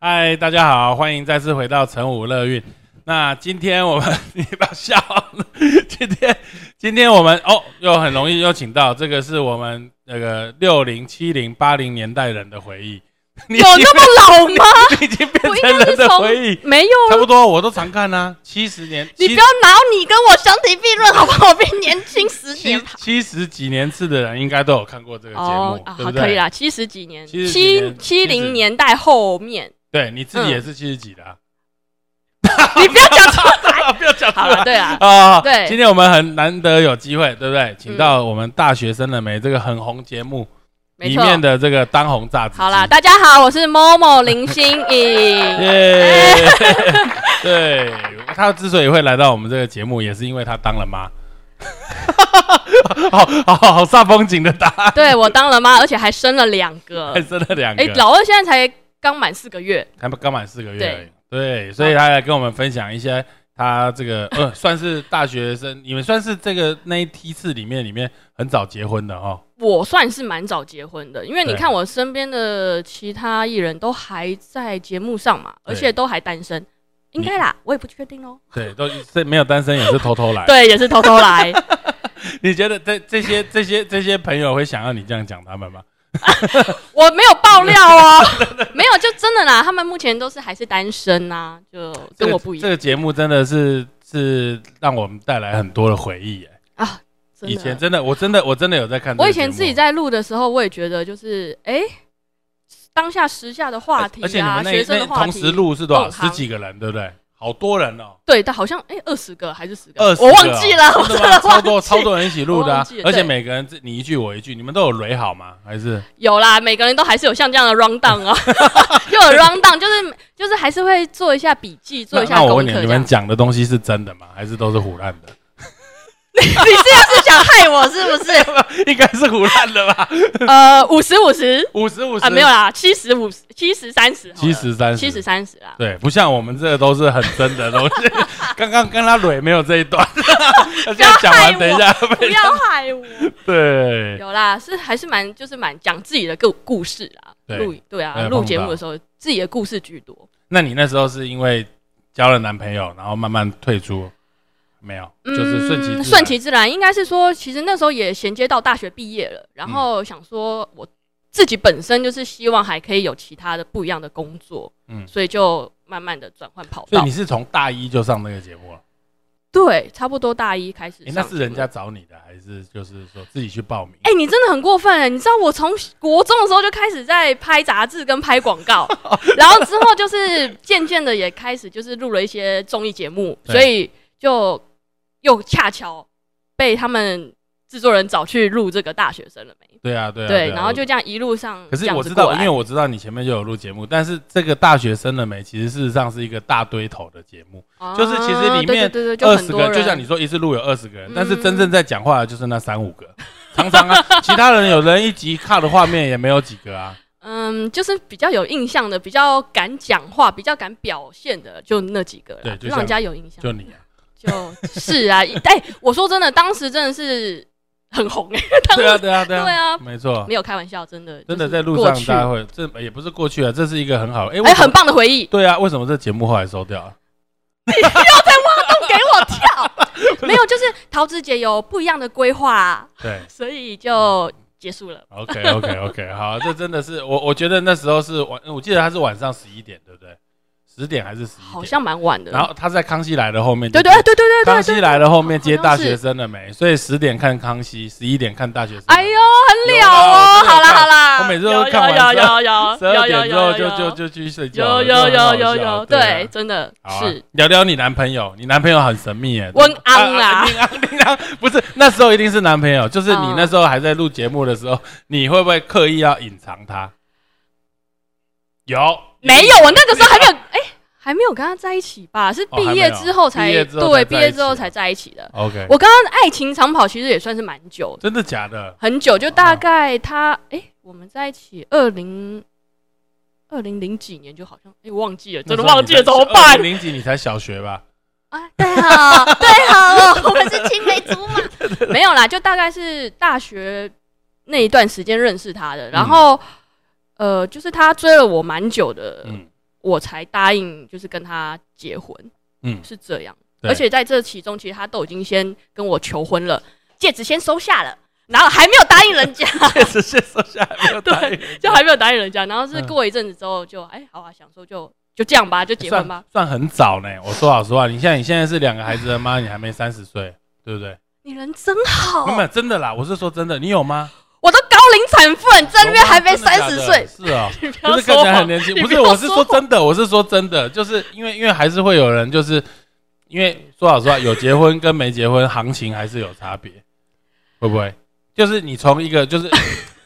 嗨，大家好，欢迎再次回到成武乐韵。那今天我们，你不要笑，今天今天我们哦，又很容易又请到，这个是我们那个六零、七零、八零年代人的回忆。你已有经那么老吗？你已经变 我应成该人是的从回忆，没有差啊，不多我都常看啊，七十年，你七不要拿你跟我相提并论好不好？我比你年轻十七年吧。七十几年次的人应该都有看过这个节目，啊对好，不可以对？啦，七十几年， 70几七年七70零年代后面，对，你自己嗯也是七十几的、啊， 你不要讲错。不要讲出好了，来。对啦，啊、对今天我们很难得有机会，对不对？请到我们大学生了没这个很红节目没里错。面的这个当红炸子鸡。好啦，大家好，我是 某某林心颖。耶！ 对，他之所以会来到我们这个节目，也是因为他当了妈。 好好好，煞风景的答案，对我当了妈，而且还生了两 个还。生了两个。哎，老二现在才刚满四个月，他们刚满四个月而已。对，所以他来跟我们分享一些他这个呃，算是大学生，你们算是这个那一梯次里面里面很早结婚的哦。我算是蛮早结婚的，因为你对看我身边的其他艺人都还在节目上嘛，而对且都还单身，应该啦，我也不确定哦喽。对，都是没有单身也是偷偷来。，对，也是偷偷来。 你觉得这这些这些这些朋友会想要你这样讲他们吗？ 我没有爆料哦， 没有，就真的啦。他们目前都是还是单身呐、就跟我不一这样、个节目真的是是让我们带来很多的回忆耶。啊。真的以前真的，我真的我真的有在看。我以前自己，在录的时候，我也觉得就是哎、诶当下时下的话题而且你啊，们学那生那的话同题，时录是多少？更夯十几个人，对不对？好多人 哦。对，但好像哎二十个还是十个， 20我个啊忘记了，我真真的吗？超的多忘记超多人一起录的、我忘啊记，了而且对每个人自你一句我一句，你们都有蕊好吗？还是有啦，每个人都还是有像这样的 round down 啊， 又有 round down，就是就是还是会做一下笔记，做那一下那我功问你，课你这样们。讲的东西是真的吗？还是都是胡乱 的？ 你这样是想害我是不是？应该是胡乱的吧？ 呃，五十五十五十五十啊，没有，啦，七十五七十三十，七十三七十三十啦。对，不像我们这个都是很真的东西。 刚刚跟他蕊没有这一段， 现在讲害完我等一下不被要害我！对有啦，是还是蛮就是蛮讲自己的故故事啦。对录对啊哎，录碰节到目的时候自己的故事居多。那你那时候是因为交了男朋友，然后慢慢退出，没有，就是顺其自然嗯顺其自然，应该是说，其实那时候也衔接到大学毕业了，然嗯后想说我自己本身就是希望还可以有其他的不一样的工作，嗯嗯，所以就慢慢的转换跑所以道你。是从大一就上那个节目了。对，差不多大一开始欸上、那是人家。找你的，还是就是说自己去报名？哎、你真的很过分哎、你知道我从国中的时候就开始在拍杂志跟拍 广告，然后之后就是渐渐的也开始就是录了一些综艺节目，对所以就又恰巧被他们制作人找去录这个大学生了没？对啊，对啊，对，啊然后就这样一路上可这是样我子知过道，因来，为我知道你前面就有录节目，但是这个大学生了没，其实事实上是一个大堆头的节目，啊就是其实里面对对对对，二很十多个，人，就像你说一次录有二十个人，嗯但是真正在讲话的就是那三五个，常常 啊，其他人有人一集看的画面也没有几个啊，嗯，就是比较有印象的，比较敢讲话，比较敢表现的，就那几个啦，对就像让人家有印象，就你啊，就是啊，哎，我说真的，当时真的是很红哎，当对时啊，对啊，对对啊，啊，没错，没有开玩笑，真的真就的是在路过上去大家会，这也不是过去啊，这是一个很好，哎，为哎，什么很棒的回忆，对啊，为什么这节目后来收掉啊？都给我跳，没有，就是桃子姐有不一样的规划啊， 对。所以就结束了。 OK OK OK，好，这真的是我，我觉得那时候是晚，我记得他是晚上十一点，对不对？十点还是十一点？好像蛮晚的，然后他在《康熙来了》后面就对接，对对对对 对康熙来了后面接好像大是学生了没？所以十点看康熙，十一点看大学生。哎呦，很了有啦哦！我真的有好啦看好啦，我每次都看完有有有有有十二有有点之后有就有就就去睡觉有了，有就很好有有笑有，对对啊，，真的好啊是聊聊你男朋友，你男朋友很神秘耶，温啊安啦啊，你啊你 啊不是那时候一定是男朋友，就是你哦那时候还在录节目的时嗯候，你会不会刻意要隐藏他？有没有，我那个时候还没有，哎，还没有跟他在一起吧？是哦还毕没业有之后才毕业之后才对，毕在一业起之后啊才在一起的。 OK，我刚刚爱情长跑其实也算是蛮久的，真的假的？很久，就哦大概他哎、我们在一起二零二零零几年，就好像哎、我忘记了，真的忘记了怎么办？零几你才小学吧？啊，对哈，对哈，我们是青梅竹马， 没有啦，就大概是大学那一段时间认识他的，然后、呃，就是他追了我蛮久的，嗯我才答应就是跟他结婚， 嗯，是这样。对而且在这其中，其实他都已经先跟我求婚了，戒指先收下了，然后还没有答应人家， 确实是收下来没有答应，就还没有答应人家，然后是嗯过一阵子之后就，哎、好啊，想说就就这样吧，就结婚吧算。算很早呢。我说老实话，你现在你现在是两个孩子的妈，你还没三十岁，对不对？你人真好没有，没有真的啦，我是说真的，你有吗？我都高龄产妇了，你正月还没哦真的假的三十岁，是 啊，你不就要是看起说来很谎。年轻，你不是，不要我是说说真的，我是说真的，就是因为因为还是会有人，就是因为说老实话，有结婚跟没结婚行情还是有差别，会不会？就是你从一个 就是，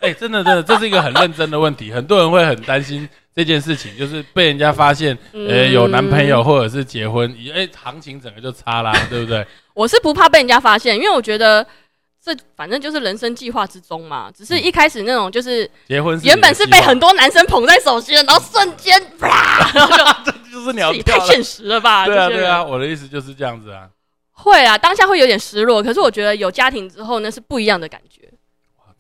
哎、真的真的，这是一个很认真的问题，很多人会很担心这件事情，就是被人家发现，呃、有男朋友嗯，或者是结婚，哎、行情整个就差 啦，对不对？我是不怕被人家发现，因为我觉得这反正就是人生计划之中嘛。只是嗯一开始那种就是结婚是原本是被很多，多男生捧在手心的，然后瞬间 啪，然后就这 就是你要自己太跳了现实了吧？对啊这些对人啊，我的意思就是这样子啊。会啊，当下会有点失落，可是我觉得有家庭之后那是不一样的感觉，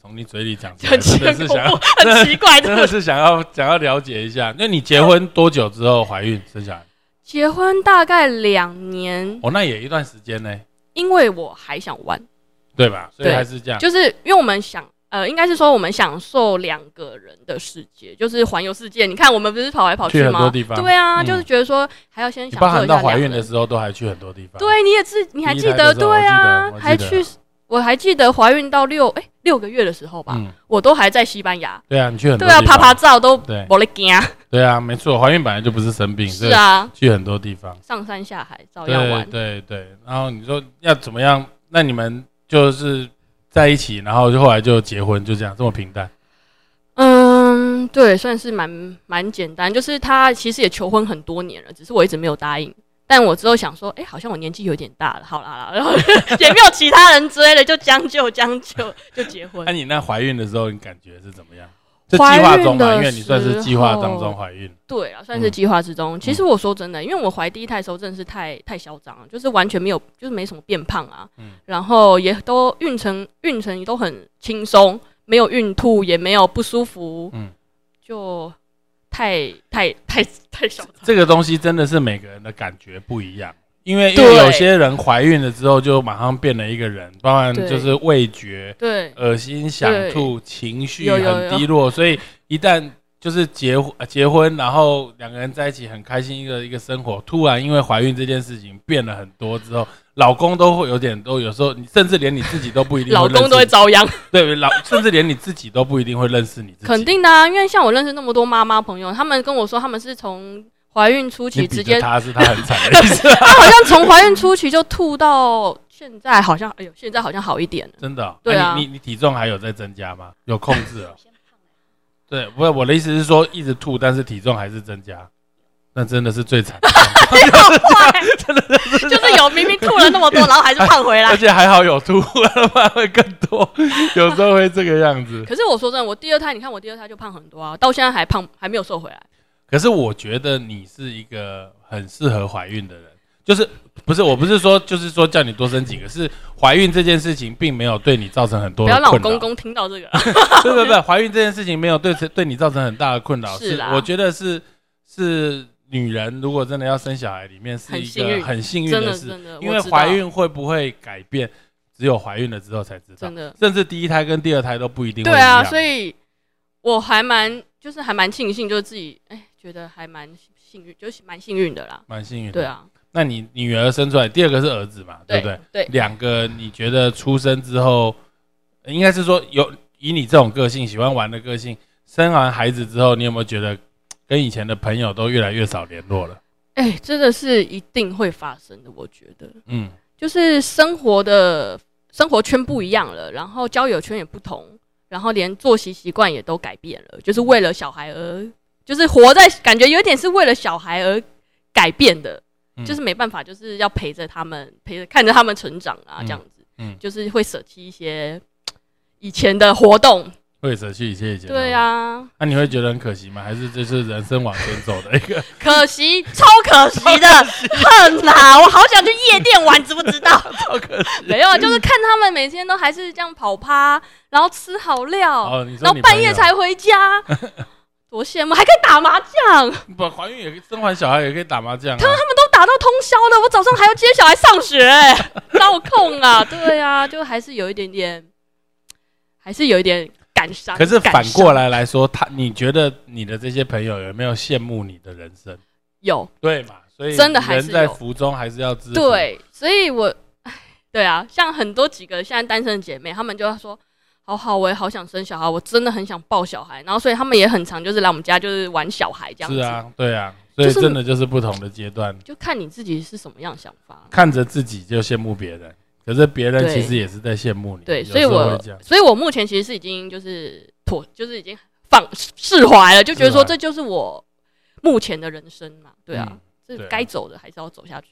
从你嘴里讲出来， 很奇真的很是恐想要怖， 很奇怪真的的。是想要想要了解一下，那你结婚多久之后怀孕生小孩？结婚大概两年，哦，那也一段时间呢，因为我还想玩，对吧？所以对还是这样。就是因为我们想。呃，应该是说我们享受两个人的世界，就是环游世界。你看，我们不是跑来跑去很吗？多地方对啊，嗯就是觉得说还要先你享包受含一下到怀两孕个的人时候，都还去很多地方。，对，啊你也是，你还第一记胎的时候对啊我记得我，记还得去，我还记得怀孕到六哎、六个月的时候吧，嗯，我都还在西班牙。对啊，你去很多对地啊，方。拍拍照都对没得惊。对啊，没错，怀孕本来就不是生病，所是以啊，去很多地方。上山下海照样对哦玩。对对，然后你说要怎么样？那你们就是在一起，然后就后来就结婚，就这样这么平淡。嗯，对，算是蛮蛮简单。就是他其实也求婚很多年了，只是我一直没有答应。但我之后想说，哎、好像我年纪有点大了，好啦啦，然后 也没有其他人追了，就将就将就就结婚那。你那怀孕的时候，你感觉是怎么样？这计怀划孕中嘛，的因为你算是时计划候当中怀孕。对啊，算嗯是计划之中。其实我说真的，因为我怀第一胎的时候真的是太太嚣张了，就是完全没有，就是没什么变胖啊，嗯然后也都孕程孕程都很轻松，没有孕吐，也没有不舒服，嗯就太太太太嚣张。这个东西真的是每个人的感觉不一样，因为因为对有些人怀孕了之后就马上变了一个人，包含对就是味觉、对，恶心、想吐、情绪有有很低落，所以一旦就是结婚 呃结婚，然后两个人在一起很开心，一个一个生活，突然因为怀孕这件事情变了很多之后，老公都会有点都有时候，你甚至连你自己都不一定老认识公都会遭殃，对老，甚至连你自己都不一定会认识你自己，肯定的啊，因为像我认识那么多妈妈朋友，他们跟我说他们是从怀孕初你期比直着接，他是他很惨的意 思，她好像从怀孕初期就吐到现在，好像哎呦，现在好像好一点了。真的哦、对啊那你你你体重还有在增加吗？有控制了？对，不是我的意思是说，一直吐，但是体重还是增加，那真的是最惨的状况。 就是有明明吐了那么多，然后还是胖回而 来。且还好有吐，不然会更多，有时候会这个样子。可是我说真的，我第二胎，你看我第二胎就胖很多啊，到现在还胖，还没有瘦回来。可是我觉得你是一个很适合怀孕的人，就是不是我不是说就是说叫你多生几个，是怀孕这件事情并没有对你造成很多不的要困让扰。我公公听到这个啊。对对对，怀孕这件事情没有对对你造成很大的困扰，是是啦我觉得是是女人如果真的要生小孩，里面是很一幸个运很幸运 真的事，真的，因我为知道怀孕会不会改变，只有怀孕了之后才知道真，的甚至第一胎跟第二胎都不一定会对啊，所以以我还蛮就是还蛮庆幸，就是自己哎觉得还蛮幸运，就是蛮幸运的啦。蛮幸运的。对，啊，那你你女儿生出来，第二个是儿子嘛，对对不对？对，两个你觉得出生之后，呃应该是说有以你这种个性喜欢玩的个性，生完孩子之后，你有没有觉得跟以前的朋友都越来越少联络了？哎、真的是一定会发生的，我觉得。嗯，就是生活的生活圈不一样了，然后交友圈也不同，然后连作息习惯也都改变了，就是为了小孩而，就是活在感觉有点是为了小孩而改变的，嗯就是没办法，就是要陪着他们，陪着看着他们成长啊，嗯这样子，嗯就是会舍弃一些嘖以前的活动，会舍弃一切以前。对、啊，那、你会觉得很可惜吗？还是这是人生往前走的一个？可惜，超可惜 的，恨呐！我好想去夜店玩，知不知 道？好可惜。没有，啊，就是看他们每天都还是这样跑趴，然后吃 好料，哦，你说然后你半朋夜友才回家， 多羡慕！还可以打麻将，都不怀孕也可以，生完小孩也可以打麻将、啊。打到通宵了。我早上还要接小孩上学、 照空啊！对啊，就还是有一点点，还是有一点感伤。可是感反伤过来来说，他你觉得你的这些朋友有没有羡慕你的人生？有对嘛？所以真的还是人在有福中还是要知福。，对，所以我，唉对啊，像很多几个现在单身的姐妹，她们就说，好好，我也好想生小孩，我真的很想抱小孩，然后所以她们也很常就是来我们家就是玩小孩这样是子，啊，对啊，所以就是真的就是不同的阶段，就看你自己是什么样想法。看着自己就羡慕别人，可是别人对其实也是在羡慕你。对，有时所以候我会这样，所以我目前其实是已经就是妥，就是已经放释怀了，就觉得释说怀这就是我目前的人生嘛，对啊，嗯这对啊该走的还是要走下去。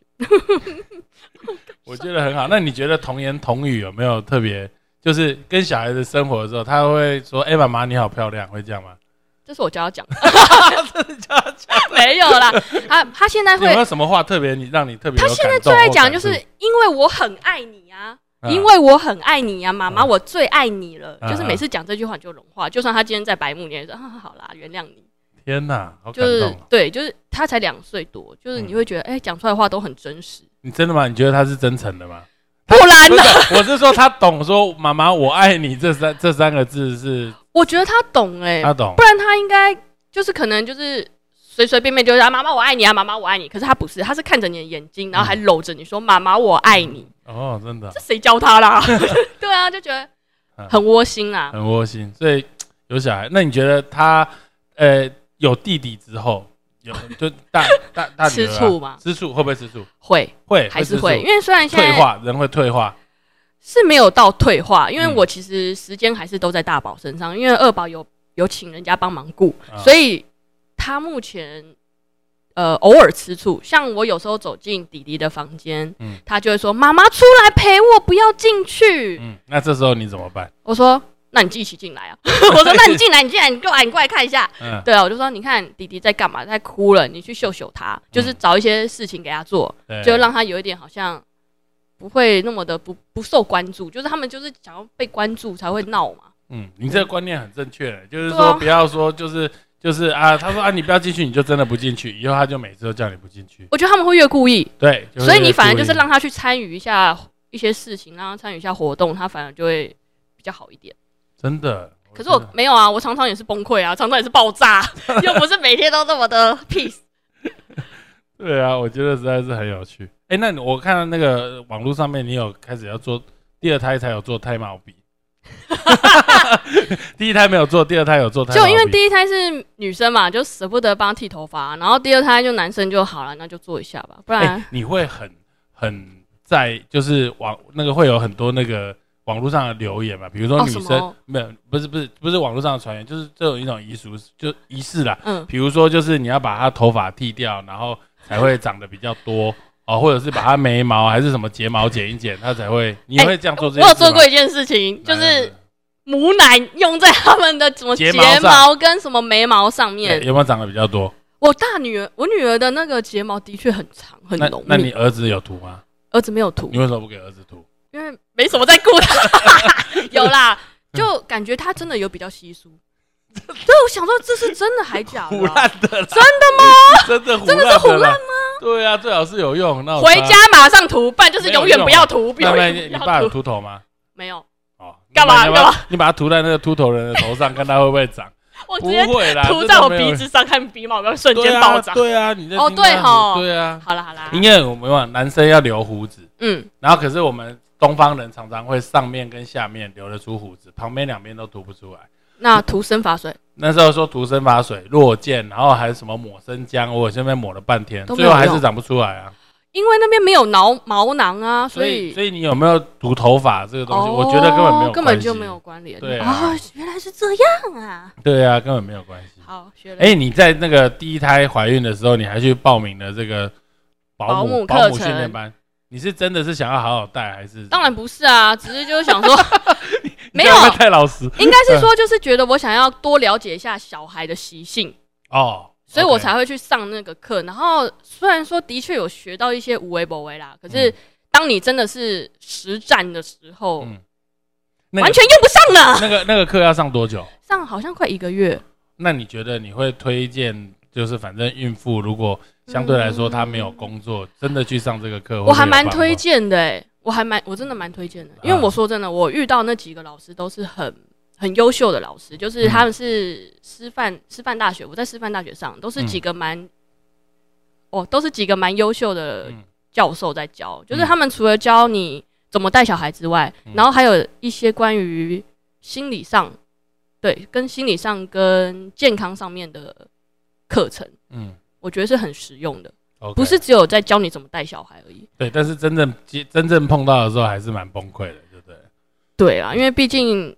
我觉得很好。那你觉得童言童语有没有特别？就是跟小孩子生活的时候，他会说：“哎、妈妈你好漂亮。”会这样吗？这是我教 他讲的， 没有啦，他他现在有没会有什么话特别你让你特别有他感现在动最爱或讲哦感就是触因为我很爱你啊，啊因为我很爱你啊，妈妈，啊我最爱你了。啊就是每次讲这句话你就融化，就算他今天在白目，你也说啊好啦，原谅你。天哪，好就感动嗯是哦！对，就是他才两岁多，就是你会觉得哎，讲出来的话都很 真实，你真的吗？你觉得他是真诚的吗？不然不 呢？是，我是说他懂说“妈妈我爱你”这三这三个字是我觉得他懂哎、他懂不，然他应该就是可能就是随随便便就是啊妈妈我爱你啊妈妈我爱你，可是他不是，他是看着你的眼睛，然后还嗯搂着你说妈妈我爱你，哦，真的这谁教 他啦？对啊，就觉嗯得很窝心啊。很窝心。所以有小孩，那你觉得他呃有弟弟之后有就大大大女吃儿啊醋吗？吃醋会不会吃醋？会会，还是吃醋会，因为虽然现退在化，人会退化。是没有到退化，因为嗯我其实时间还是都在大宝身上，因为二宝有有请人家帮忙顾，啊所以他目前呃偶尔吃醋，像我有时候走进弟弟的房间，嗯他就会说：“妈妈出来陪我，不要进去。嗯，那这时候你怎么办？我说：“那你自己一起 进来啊！”我说：“那你进来，你进来，你过来，你过来看一下。”嗯，对啊，我就说：“你看弟弟在干嘛？在哭了，你去秀秀他，嗯就是找一些事情给他做，对就让他有一点好像。”不会那么的不不受关注，就是他们就是想要被关注才会闹嘛。嗯，你这个观念很正确，就是对说啊不要说就是就是啊，他说啊你不要进去，你就真的不进去，以后他就每次都叫你不进去。我觉得他们会越故意，对，就会所以你反而注就意是让他去参与一下一些事情，让他参与一下活动，他反而就会比较好一点。真的。可是我真的没有啊，我常常也是崩溃啊，常常也是爆炸， 又不是每天都这么的 peace。对啊，我觉得实在是很有趣。哎、那你我看到那个呃网络上面，你有开始要做第二胎才有做胎毛笔， 第一胎没有做，第二胎有做胎毛就笔。因为第一胎是女生嘛，就舍不得帮她剃头发，然后第二胎就男生就好了，那就做一下吧，不哎、然你会很很在就是网那个会有很多那个网络上的留言嘛，比如说哦女什生、么没有不是不是不是网络上的传言，就是这种一种习俗就仪式啦，嗯，比如说，就是你要把他头发剃掉，然后才会长得比较多哦，或者是把他眉毛还是什么睫毛剪一剪，他才会。你也会这样做这件事哎我有吗做过一件事情，就哪样是子母奶用在他们的什么睫睫毛上毛跟什么眉毛上对面。有没有长得比较多？我大女儿，我女儿的那个睫毛的确很长很那浓那密你，儿子有涂吗？儿子没有涂你，为什么不给儿子涂？因为没什么在顾他， 有啦，就感觉他真的有比较稀疏。对，我想说这是真的还假 胡的烂啊、的啦， 真的吗？真的真的是胡烂吗？对啊，最好是有用。那我回家马上涂，不然就是永远不要涂，那永那远你不你爸要有涂。秃头吗？没有，哦，干嘛你把干？你把它涂在那个秃头人的头上，看他会不会长？我不直接会啦，涂这在种我没有鼻子上，看鼻毛有没有瞬对间啊暴涨。对啊，你在哦听他对胡吼对啊，好啦好啦，因为我们往男生要留胡子，嗯，然后可是我们东方人常常会上面跟下面留得出胡子，旁边两边都涂不出来。那涂生发水那时候说涂生发水、落剑，然后还有什么抹生姜，我这边抹了半天，都没最有后还是用长不出来啊。因为那边没有挠毛囊啊，所以所以你有没有涂头发这个东西？哦我觉得根本没有，根本就没有。关联。对啊哦，原来是这样啊。对啊，根本没有关系。好，学了。哎、你在那个第一胎怀孕的时候，你还去报名了这个保姆保姆保课姆程训练班，你是真的是想要好好带，还是当然不是啊，只是就 是想说， 没你有这，样会太老实应该是嗯说就是觉得我想要多了解一下小孩的习性，哦？所以我 OK 才会去上那个课。然后虽然说的确有学到一些无为不为啦，可是当你真的是实战的时候，嗯那个完全用不上 了。那个那个课要上多久？上好像快一个月，那你觉得你会推荐，就是反正孕妇如果相对来说她没有工作，真的去上这个课，我还蛮会不会有啊推帮荐的、欸，我还蛮我真的蛮推荐的，因为我说真的，我遇到那几个老师都是很很优秀的老师，嗯就是他们是师范、师范大学，我在师范大学上都是嗯几个蛮、哦，都是几个蛮优秀的嗯教授在教，就是嗯他们除了教你怎么带小孩之外，嗯然后还有一些关于心理上，对，跟心理上跟健康上面的课程，忙？嗯我觉得是很实用的， ，OK，不是只有在教你怎么带小孩而已。对，但是真正接真正碰到的时候，还是蛮崩溃的，对不对？对啊，因为毕竟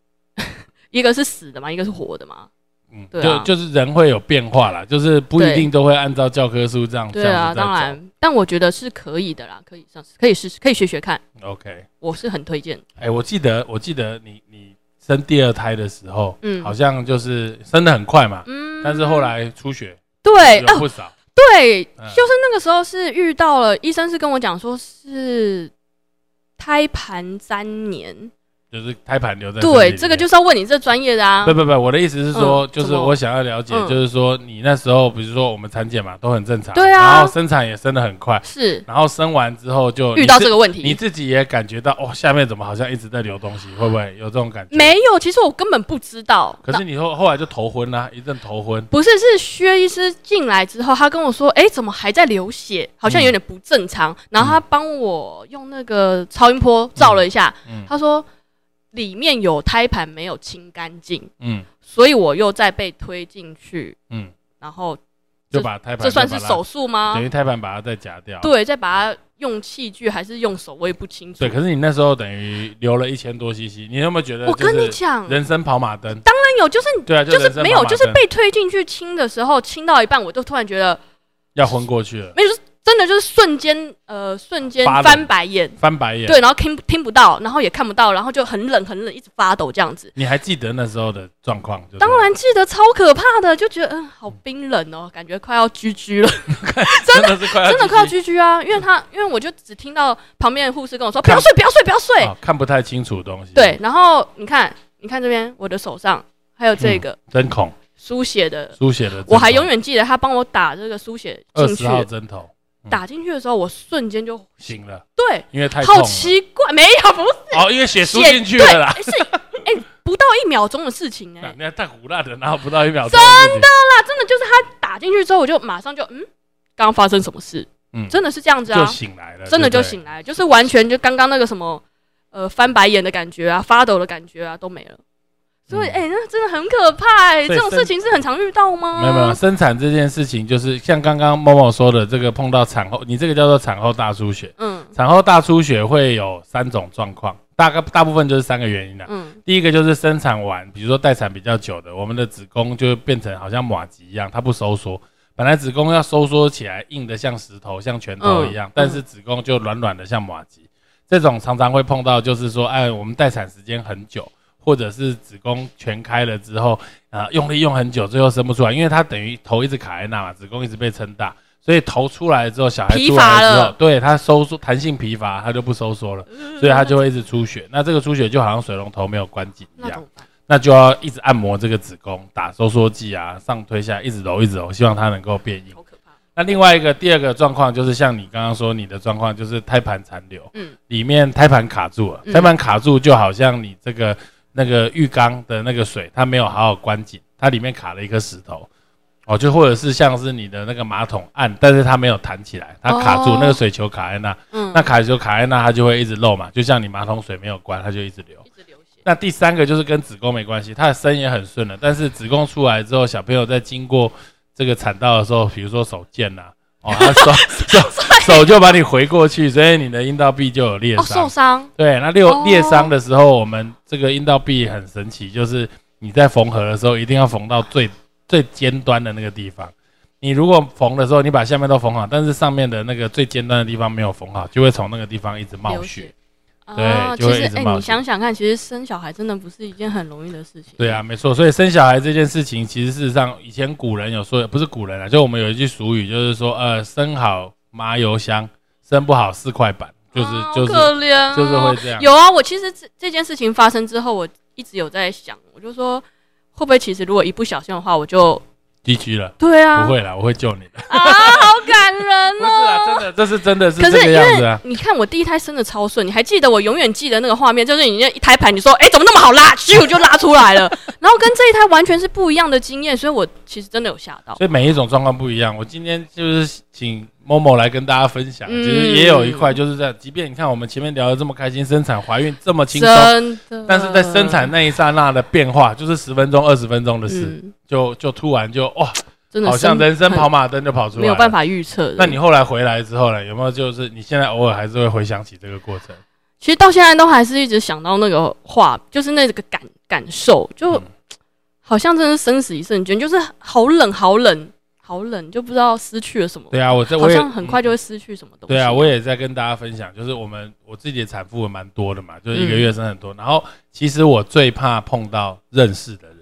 一个是死的嘛，一个是活的嘛。嗯，对啊就就是人会有变化啦，就是不一对定都会按照教科书这样。对啊，这样当子在然，但我觉得是可以的啦，可以上，可以试，可以学学看，走。OK，我是很推荐。哎、我记得我记得你你生第二胎的时候，嗯好像就是生的很快嘛，嗯但是后来出血对有哦，不少，对，嗯就是那个时候是遇到了医生是跟我讲说是胎盘粘黏，就是胎盘留在身体里对，面这个就是要问你这专业的啊不。不不，我的意思是说，嗯就是怎么我想要了解，嗯就是说你那时候，比如说我们产检嘛，都很正常，对啊然后生产也生的很快，是然后生完之后就遇到你自这个问题你自己也感觉到哦，下面怎么好像一直在流东西，会不会有这种感觉？没有？其实我根本不知道。可是你后后来就头昏啦、一阵头昏，不是，是薛医师进来之后，他跟我说：“哎、怎么还在流血？好像有点不正嗯常。然后他帮我用那个超音波照了一下，嗯他说里面有胎盘没有清干净，嗯所以我又再被推进去，嗯，然后就把胎盘这算是就把它手，术吗等？于胎盘把它再夹掉。对，再把它用器具还是用手，我也不清楚对，。可是你那时候等于流了一千多 CC，你有没有觉得我就跟你是讲，人生跑马灯？但有就是对啊，就是人生没跑有，马就是灯被推进去清的时候，清到一半，我就突然觉得要昏过去了，没有，就是真的就是瞬间呃瞬间发冷翻白眼。”翻白眼。对，然后听听不到，然后也看不到，然后就很冷很冷，一直发抖这样子。你还记得那时候的状况？就是 当然记得超可怕的，就觉得嗯，好冰冷哦，感觉快要居居了， 真的是快要真的快要去居居啊！因为他，因为我就只听到旁边的护士跟我说：“不看嗯要睡，不要睡，不要睡。哦看不太清楚东西。对，，然后你看，你看这边我的手上还有这个针孔输血的，输嗯血的针头，我还永远记得他帮我打这个输血二进十去，号针头打进去的时候，我瞬间就醒了，对，因为太痛好了奇怪，没有，不是哦，因为血输血进去了啦。是哎、不到一秒钟的事情 哎、那那太胡乱的，然后不到一秒钟真的事情那真的就是他打进去之后，我就马上就嗯，刚刚发生什么事？嗯真的是这样子就啊，醒来了，真的就对不对醒来，就是完全就刚刚那个什么呃翻白眼的感觉啊，发抖的感觉啊都没了。所以嗯哎、那真的很可怕哎、所这以种生事情是很常遇到吗？没有没有，生产这件事情就是像刚刚某某说的，这个碰到产后，你这个叫做产后大出血。嗯产后大出血会有三种状况，大概大部分就是三个原因啦。啊嗯第一个就是生产完，比如说待产比较久的，我们的子宫就变成好像马吉一样，它不收缩。本来子宫要收缩起来，硬的像石头、像拳头一样，嗯但是子宫就软软的像马吉。这种常常会碰到，就是说，哎，我们待产时间很久，或者是子宫全开了之后，啊、用力用很久，最后生不出来，因为它等于头一直卡在那嘛，子宫一直被撑大，所以头出来之后，小孩疲出来乏之后了，对它收缩弹性疲乏，它就不收缩了。 所以它就会一直出血。那这个出血就好像水龙头没有关紧一那怎样么，办？那就要一直按摩这个子宫，打收缩剂啊，上推下，一直揉一直揉，希望它能够变硬。好可怕。那另外一个第二个状况就是像你刚刚说你的状况，就是胎盘残留，嗯里面胎盘卡住了，嗯胎盘卡住就好像你这个那个浴缸的那个水，它没有好好关紧，它里面卡了一颗石头。哦，就或者是像是你的那个马桶按，但是它没有弹起来，它卡住，哦那个水球卡在那，嗯，那卡就卡在那，它就会一直漏嘛，就像你马桶水没有关，它就一直流。一直流血。间。那第三个就是跟子宫没关系，她的生也很顺了，但是子宫出来之后，小朋友在经过这个产道的时候，比如说手贱呐、哦，他手 手手就把你回过去，所以你的阴道壁就有裂哦，伤。受伤对，那裂哦裂伤的时候，我们这个阴道壁很神奇，就是你在缝合的时候，一定要缝到最最尖端的那个地方。你如果缝的时候，你把下面都缝好，但是上面的那个最尖端的地方没有缝好，就会从那个地方一直冒流血。血。对啊，就其会实一直哎、冒你血想想看，其实生小孩真的不是一件很容易的事情。对啊，没错。所以生小孩这件事情，其实事实上以前古人有说，不是古人啊，就我们有一句俗语，就是说，呃，生好麻油香，生不好四块板，就是、啊就是可怜哦、就是会这样。有啊，我其实这这件事情发生之后，我一直有在想，我就说会不会其实如果一不小心的话，我就 GG 了，对啊，不 会啦，我会救你的。啊，好感人不 是啊，哦、真的，这是真的是可这是个因样子啊为。你看我第一胎生的超顺，你还记得我永远记得那个画面，就是你那一胎盘，你说哎、怎么那么好拉，咻就拉出来了，然后跟这一胎完全是不一样的经验，所以我其实真的有吓到。所以每一种状况不一样。我今天就是请 Momo 来跟大家分享，嗯其实也有一块就是在，即便你看我们前面聊的这么开心，生产怀孕这么轻松，真的，但是在生产那一刹那的变化，就是十分钟、二十分钟的事，嗯，就就突然就哇，真的好像生人生很跑马灯就跑出来，没有办。法预测的。那你后来回来之后呢？有没有就是你现在偶尔还是会回想起这个过程？其实到现在都还是一直想到那个话，就是那个感感受，就、嗯好像真的是生死一瞬间，就是好冷，好冷，好冷，就不知道失去了什么，对啊，我这好我也像很快就会失去什么东西。对啊，我也在跟大家分享，就是我们我自己的产妇也蛮多的嘛，就是一个嗯月生很多。然后其实我最怕碰到认识的人，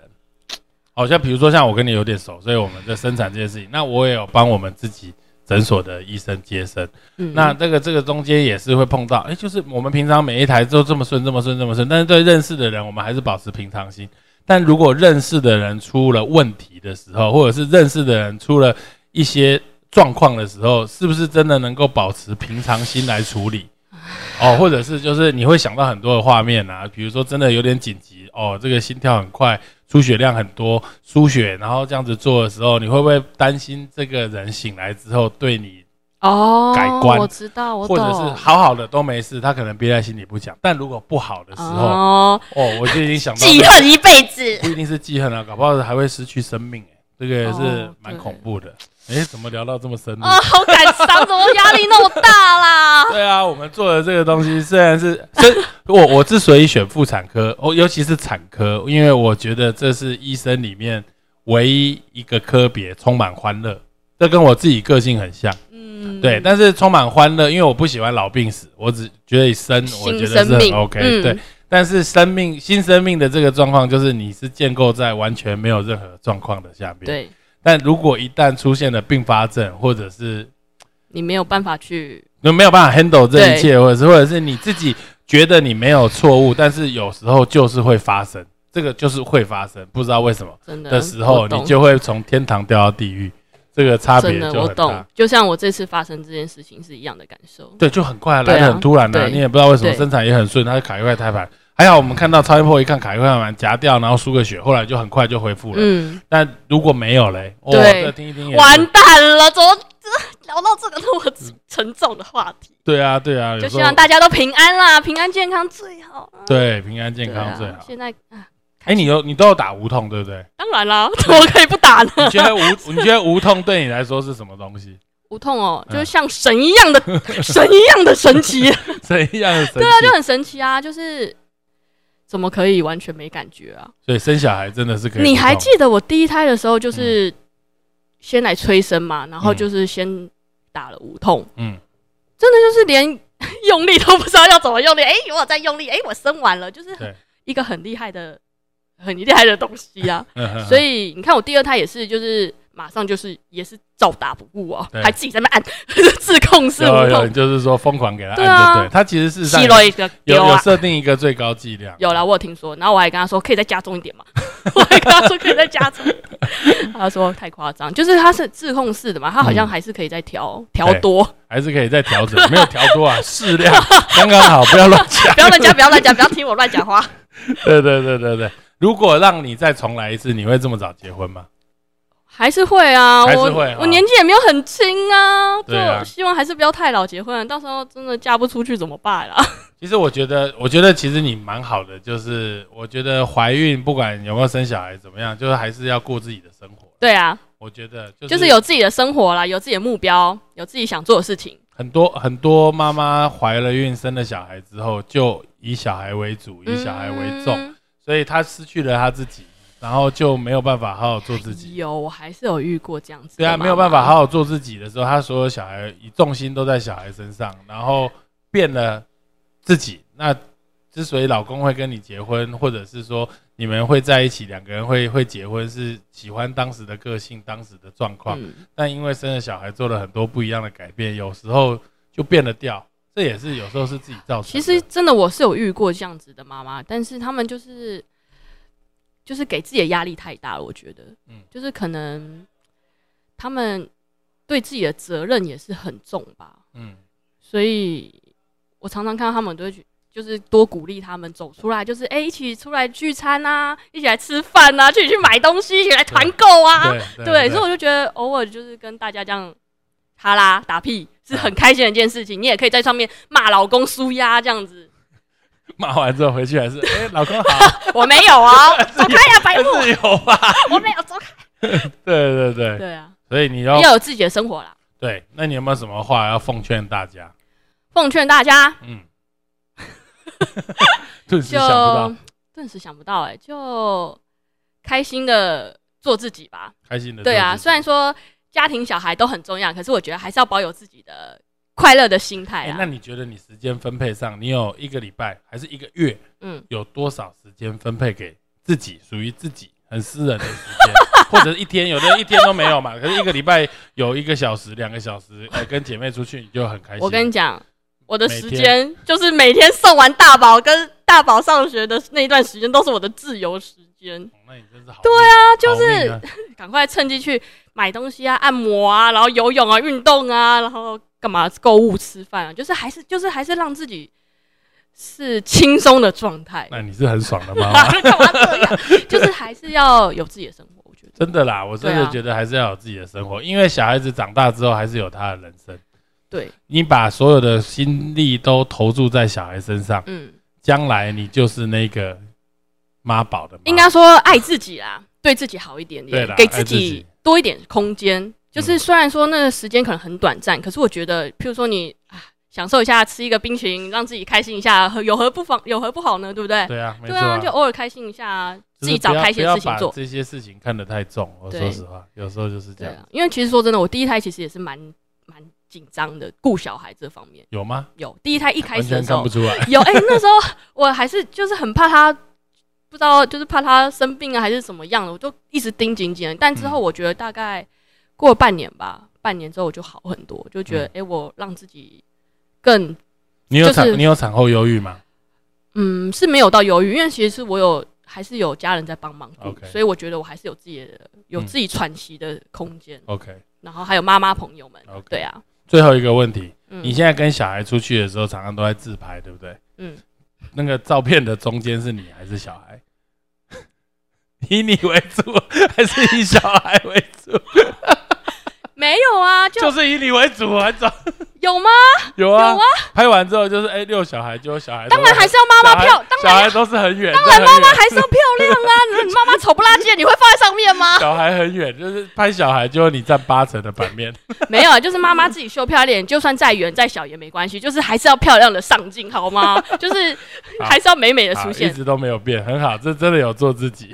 好像比如说像我跟你有点熟，所以我们在生产这件事情，那我也有帮我们自己诊所的医生接生。嗯那这个这个中间也是会碰到，哎、就是我们平常每一台都这么顺，这么顺，这么顺，但是对认识的人，我们还是保持平常心。但如果认识的人出了问题的时候，或者是认识的人出了一些状况的时候，是不是真的能够保持平常心来处 理？哦，或者是就是你会想到很多的画面啊，比如说真的有点紧急哦，这个心跳很快，出血量很多，输血，然后这样子做的时候，你会不会担心这个人醒来之后对你哦，改观我知道，我或懂，者是好好的都没事，他可能憋在心里不讲。但如果不好的时候，哦，哦，我就已经想到 记了恨一辈子。不一定是记恨啊，搞不好还会失去生命、欸，这个也是哦蛮对恐怖的。哎、怎么聊到这么深入？啊、好感伤，怎么压力那么大 啦？对啊，我们做的这个东西虽然是，虽 我我之所以选妇产科，哦，尤其是产科，因为我觉得这是医生里面唯一一个科别充满欢乐，这跟我自己个性很像。嗯，对，但是充满欢乐，因为我不喜欢老病死，我只觉得生，我觉新得生是很命 OK、嗯对，但是生命新生命的这个状况，就是你是建构在完全没有任何状况的下面。。对但如果一旦出现了并发症，或者是你没有办法去，就没有办法 handle 这一对切，或者是或者是你自己觉得你没有错误，但是有时候就是会发生，这个就是会发生，不知道为什么真的的时候，我懂你就会从天堂掉到地狱，这个差别真的就我很大懂。，就像我这次发生这件事情是一样的感受。对，就很快，对啊来的很突然的、对你也不知道为什么对生产也很顺，它就卡一块胎盘。还好我们看到超音波一看卡一块胎盘夹掉，然后输个血，后来就很快就恢复了。嗯，但如果没有嘞，哦，对这听一听也是完蛋了，怎么这聊到这个那么沉重的话题？对啊对啊，有就时希望候大家都平安啦，平安健康最好啊。对平安健对啊康最好。现在啊，哎、你有你都有打无痛对不 对？当然啦，怎么可以不打呢？你觉得无你觉得无痛对你来说是什么东 西？无痛哦，嗯就是像神一 样的神一样的神奇，怎样的神奇？对啊，就很神奇啊，就是怎么可以完全没感觉啊？所以生小孩真的是可以无嗯痛。你还记得我第一胎的时候，就是先来催生嘛，然后就是先打了无痛，嗯，真的就是连 用力都不知道要怎么用力。哎、我在用力，哎、我生完了，就是对一个很厉害的、很厉害的东西啊。 所以以你看，我第二胎也是，就是马上就是也是照打不误啊对，还自己在那边按 自控式有无有痛，就是说疯狂给他按就对对，啊他其实事实上吸了一个有丢有啊。设定一个最高剂量。有啦，我有听说，然后我还跟他说可以再加重一点嘛， 我还跟他说可以再加重一 点，他说太夸张，就是他是自控式的嘛，他好嗯像还是可以再调调多， 还是可以再调整，没有调多啊，适量 刚刚好，不要乱 讲。不要乱讲，不要乱讲，不要听我乱讲话，对对对对对，如果让你再重来一次，你会这么早结婚吗？还是会啊，还是我会啊我年纪也没有很轻啊，就对啊 希望还是不要太老结婚，到时候真的嫁不出去怎么办啊？其实我觉得，我觉得其实你蛮好的，就是我觉得怀孕不管有没有生小孩怎么样，就是还是要过自己的生活。对啊，我觉得就是就是有自己的生活啦，有自己的目标，有自己想做的事情。很多很多妈妈怀了孕生了小孩之后，就以小孩为主，以小孩为重，嗯所以她失去了她自己，然后就没有办法好好做自己。有，我还是有遇过这样子。对啊，没有办法好。好做自己的时候，他所有小孩以重心都在小孩身上，然后变了自己。那之所以老公会跟你结婚，或者是说你们会在一起，两个人会会结婚，是喜欢当时的个性、当时的状况。嗯，但因为生了小孩，做了很多不一样的改变，有时候就变了调。这也是有时候是自己造成的。其实真的我是有遇过这样子的妈妈，但是他们就是就是给自己的压力太大了，我觉得，嗯就是可能他们对自己的责任也是很重吧，嗯，所以我常常看到他们都会觉就是多鼓励他们走出来，就是哎、一起出来聚餐啊，一起来吃饭啊，一起去买东西，一起来团购啊，对对对，所以我就觉得偶尔就是跟大家这样哈拉打屁是很开心的一件事情。你也可以在上面骂老公输压这样子，骂完之后回去还是，哎、老公 好，我没 有啊，走开呀、白还目，是有吧？我没有走开。对对对，对啊，所以你要要有自己的生活啦。对，那你有没有什么话要奉劝大家？奉劝大家， 嗯，顿时就想不到，顿时想不到哎、就开心的做自己吧。开心的。对啊，虽然说家庭小孩都很重要，可是我觉得还是要保有自己的快乐的心态哎、啊。那你觉得你时间分配上，你有一个礼拜还是一个月，嗯，有多少时间分配给自己，属于自己很私人的时 间，或者是一天，有的人一天都没有嘛，可是一个礼拜有一个小时、两个小时，哎、跟姐妹出去你就很开心。我跟你讲，我的每时天间就是每天送完大宝跟大宝上学的那一段时间，都是我的自由时间。哦那你真是好。对啊，那就是好命啊赶快趁机去买东西啊、按摩啊，然后游泳啊、运动啊，然后干嘛购物、吃饭啊，就是还是就是还是让自己是轻松的状态。那你是很爽的妈妈。 干嘛这样？就是还是要有自己的生活，我觉得真的啦，我真对的啊觉得还是要有自己的生活，因为小孩子长大之后还是有他的人生。对，你把所有的心力都投注在小孩身上，嗯，将来你就是那个妈宝的妈。应该说爱自己啦，对自己好一点啊对点啦，给自爱自己嗯己多一点空间。就是虽然说那个时间可能很短暂，可是我觉得，譬如说你啊，享受一下吃一个冰淇淋，让自己开心一下，何有何不妨？有何不好呢？对不对？对啊，没对错、啊，就偶尔开心一下啊，自己找开心的事就是情不要不要做把。这些事情看得太重。我对说实话，有时候就是这对样。啊，因为其实说真的，我第一胎其实也是蛮蛮紧张的，顾小孩这方面有吗？有。第一胎一开完始的全时看候不，出 来。有哎、那时候我还是就是很怕他，不知道就是怕他生病啊还是怎么样的，我就一直盯紧紧的。但之嗯后我觉得大概过了半年吧，半年之后我就好很多，就嗯觉得哎、诶我让自己更你有就是产、你有产后忧郁吗？嗯是没有到犹豫，因为其实是我有还是有家人在帮忙顾 OK 所以我觉得我还是有自己的有嗯哦自己喘息的空间， OK 哦然后还有妈妈朋友们 OK。对啊，最后一个问题，嗯你现在跟小孩出去的时候，常常都在自拍，对不对？嗯，那个照片的中间是你还是小孩？ 以你为主还是以小孩为主？没有啊， 就就是以你为主啊，照有吗？有有啊，啊，拍完之后就是哎、遛小孩，就小孩都当然还是要妈妈小漂孩，当小然孩都是很远，当然都啊妈很妈远还是要漂亮 啊，你妈妈丑不拉几的，你会放在上面吗？小孩很远，就是拍小孩，就你占八成的版面。 没有，啊，就是妈妈自己修漂亮，就算再圆再小也没关系，就是还是要漂亮的上镜，好 吗？就是还是要美美的好 出啊一现。直都没有变，很好，这真的有做自己。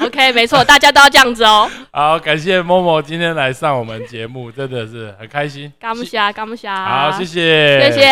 OK，没错，大家都要这样子 哦。好，感谢默默今天来上我们节目，真的是很开心。啊干不虾，干不虾。好，谢谢， 谢谢。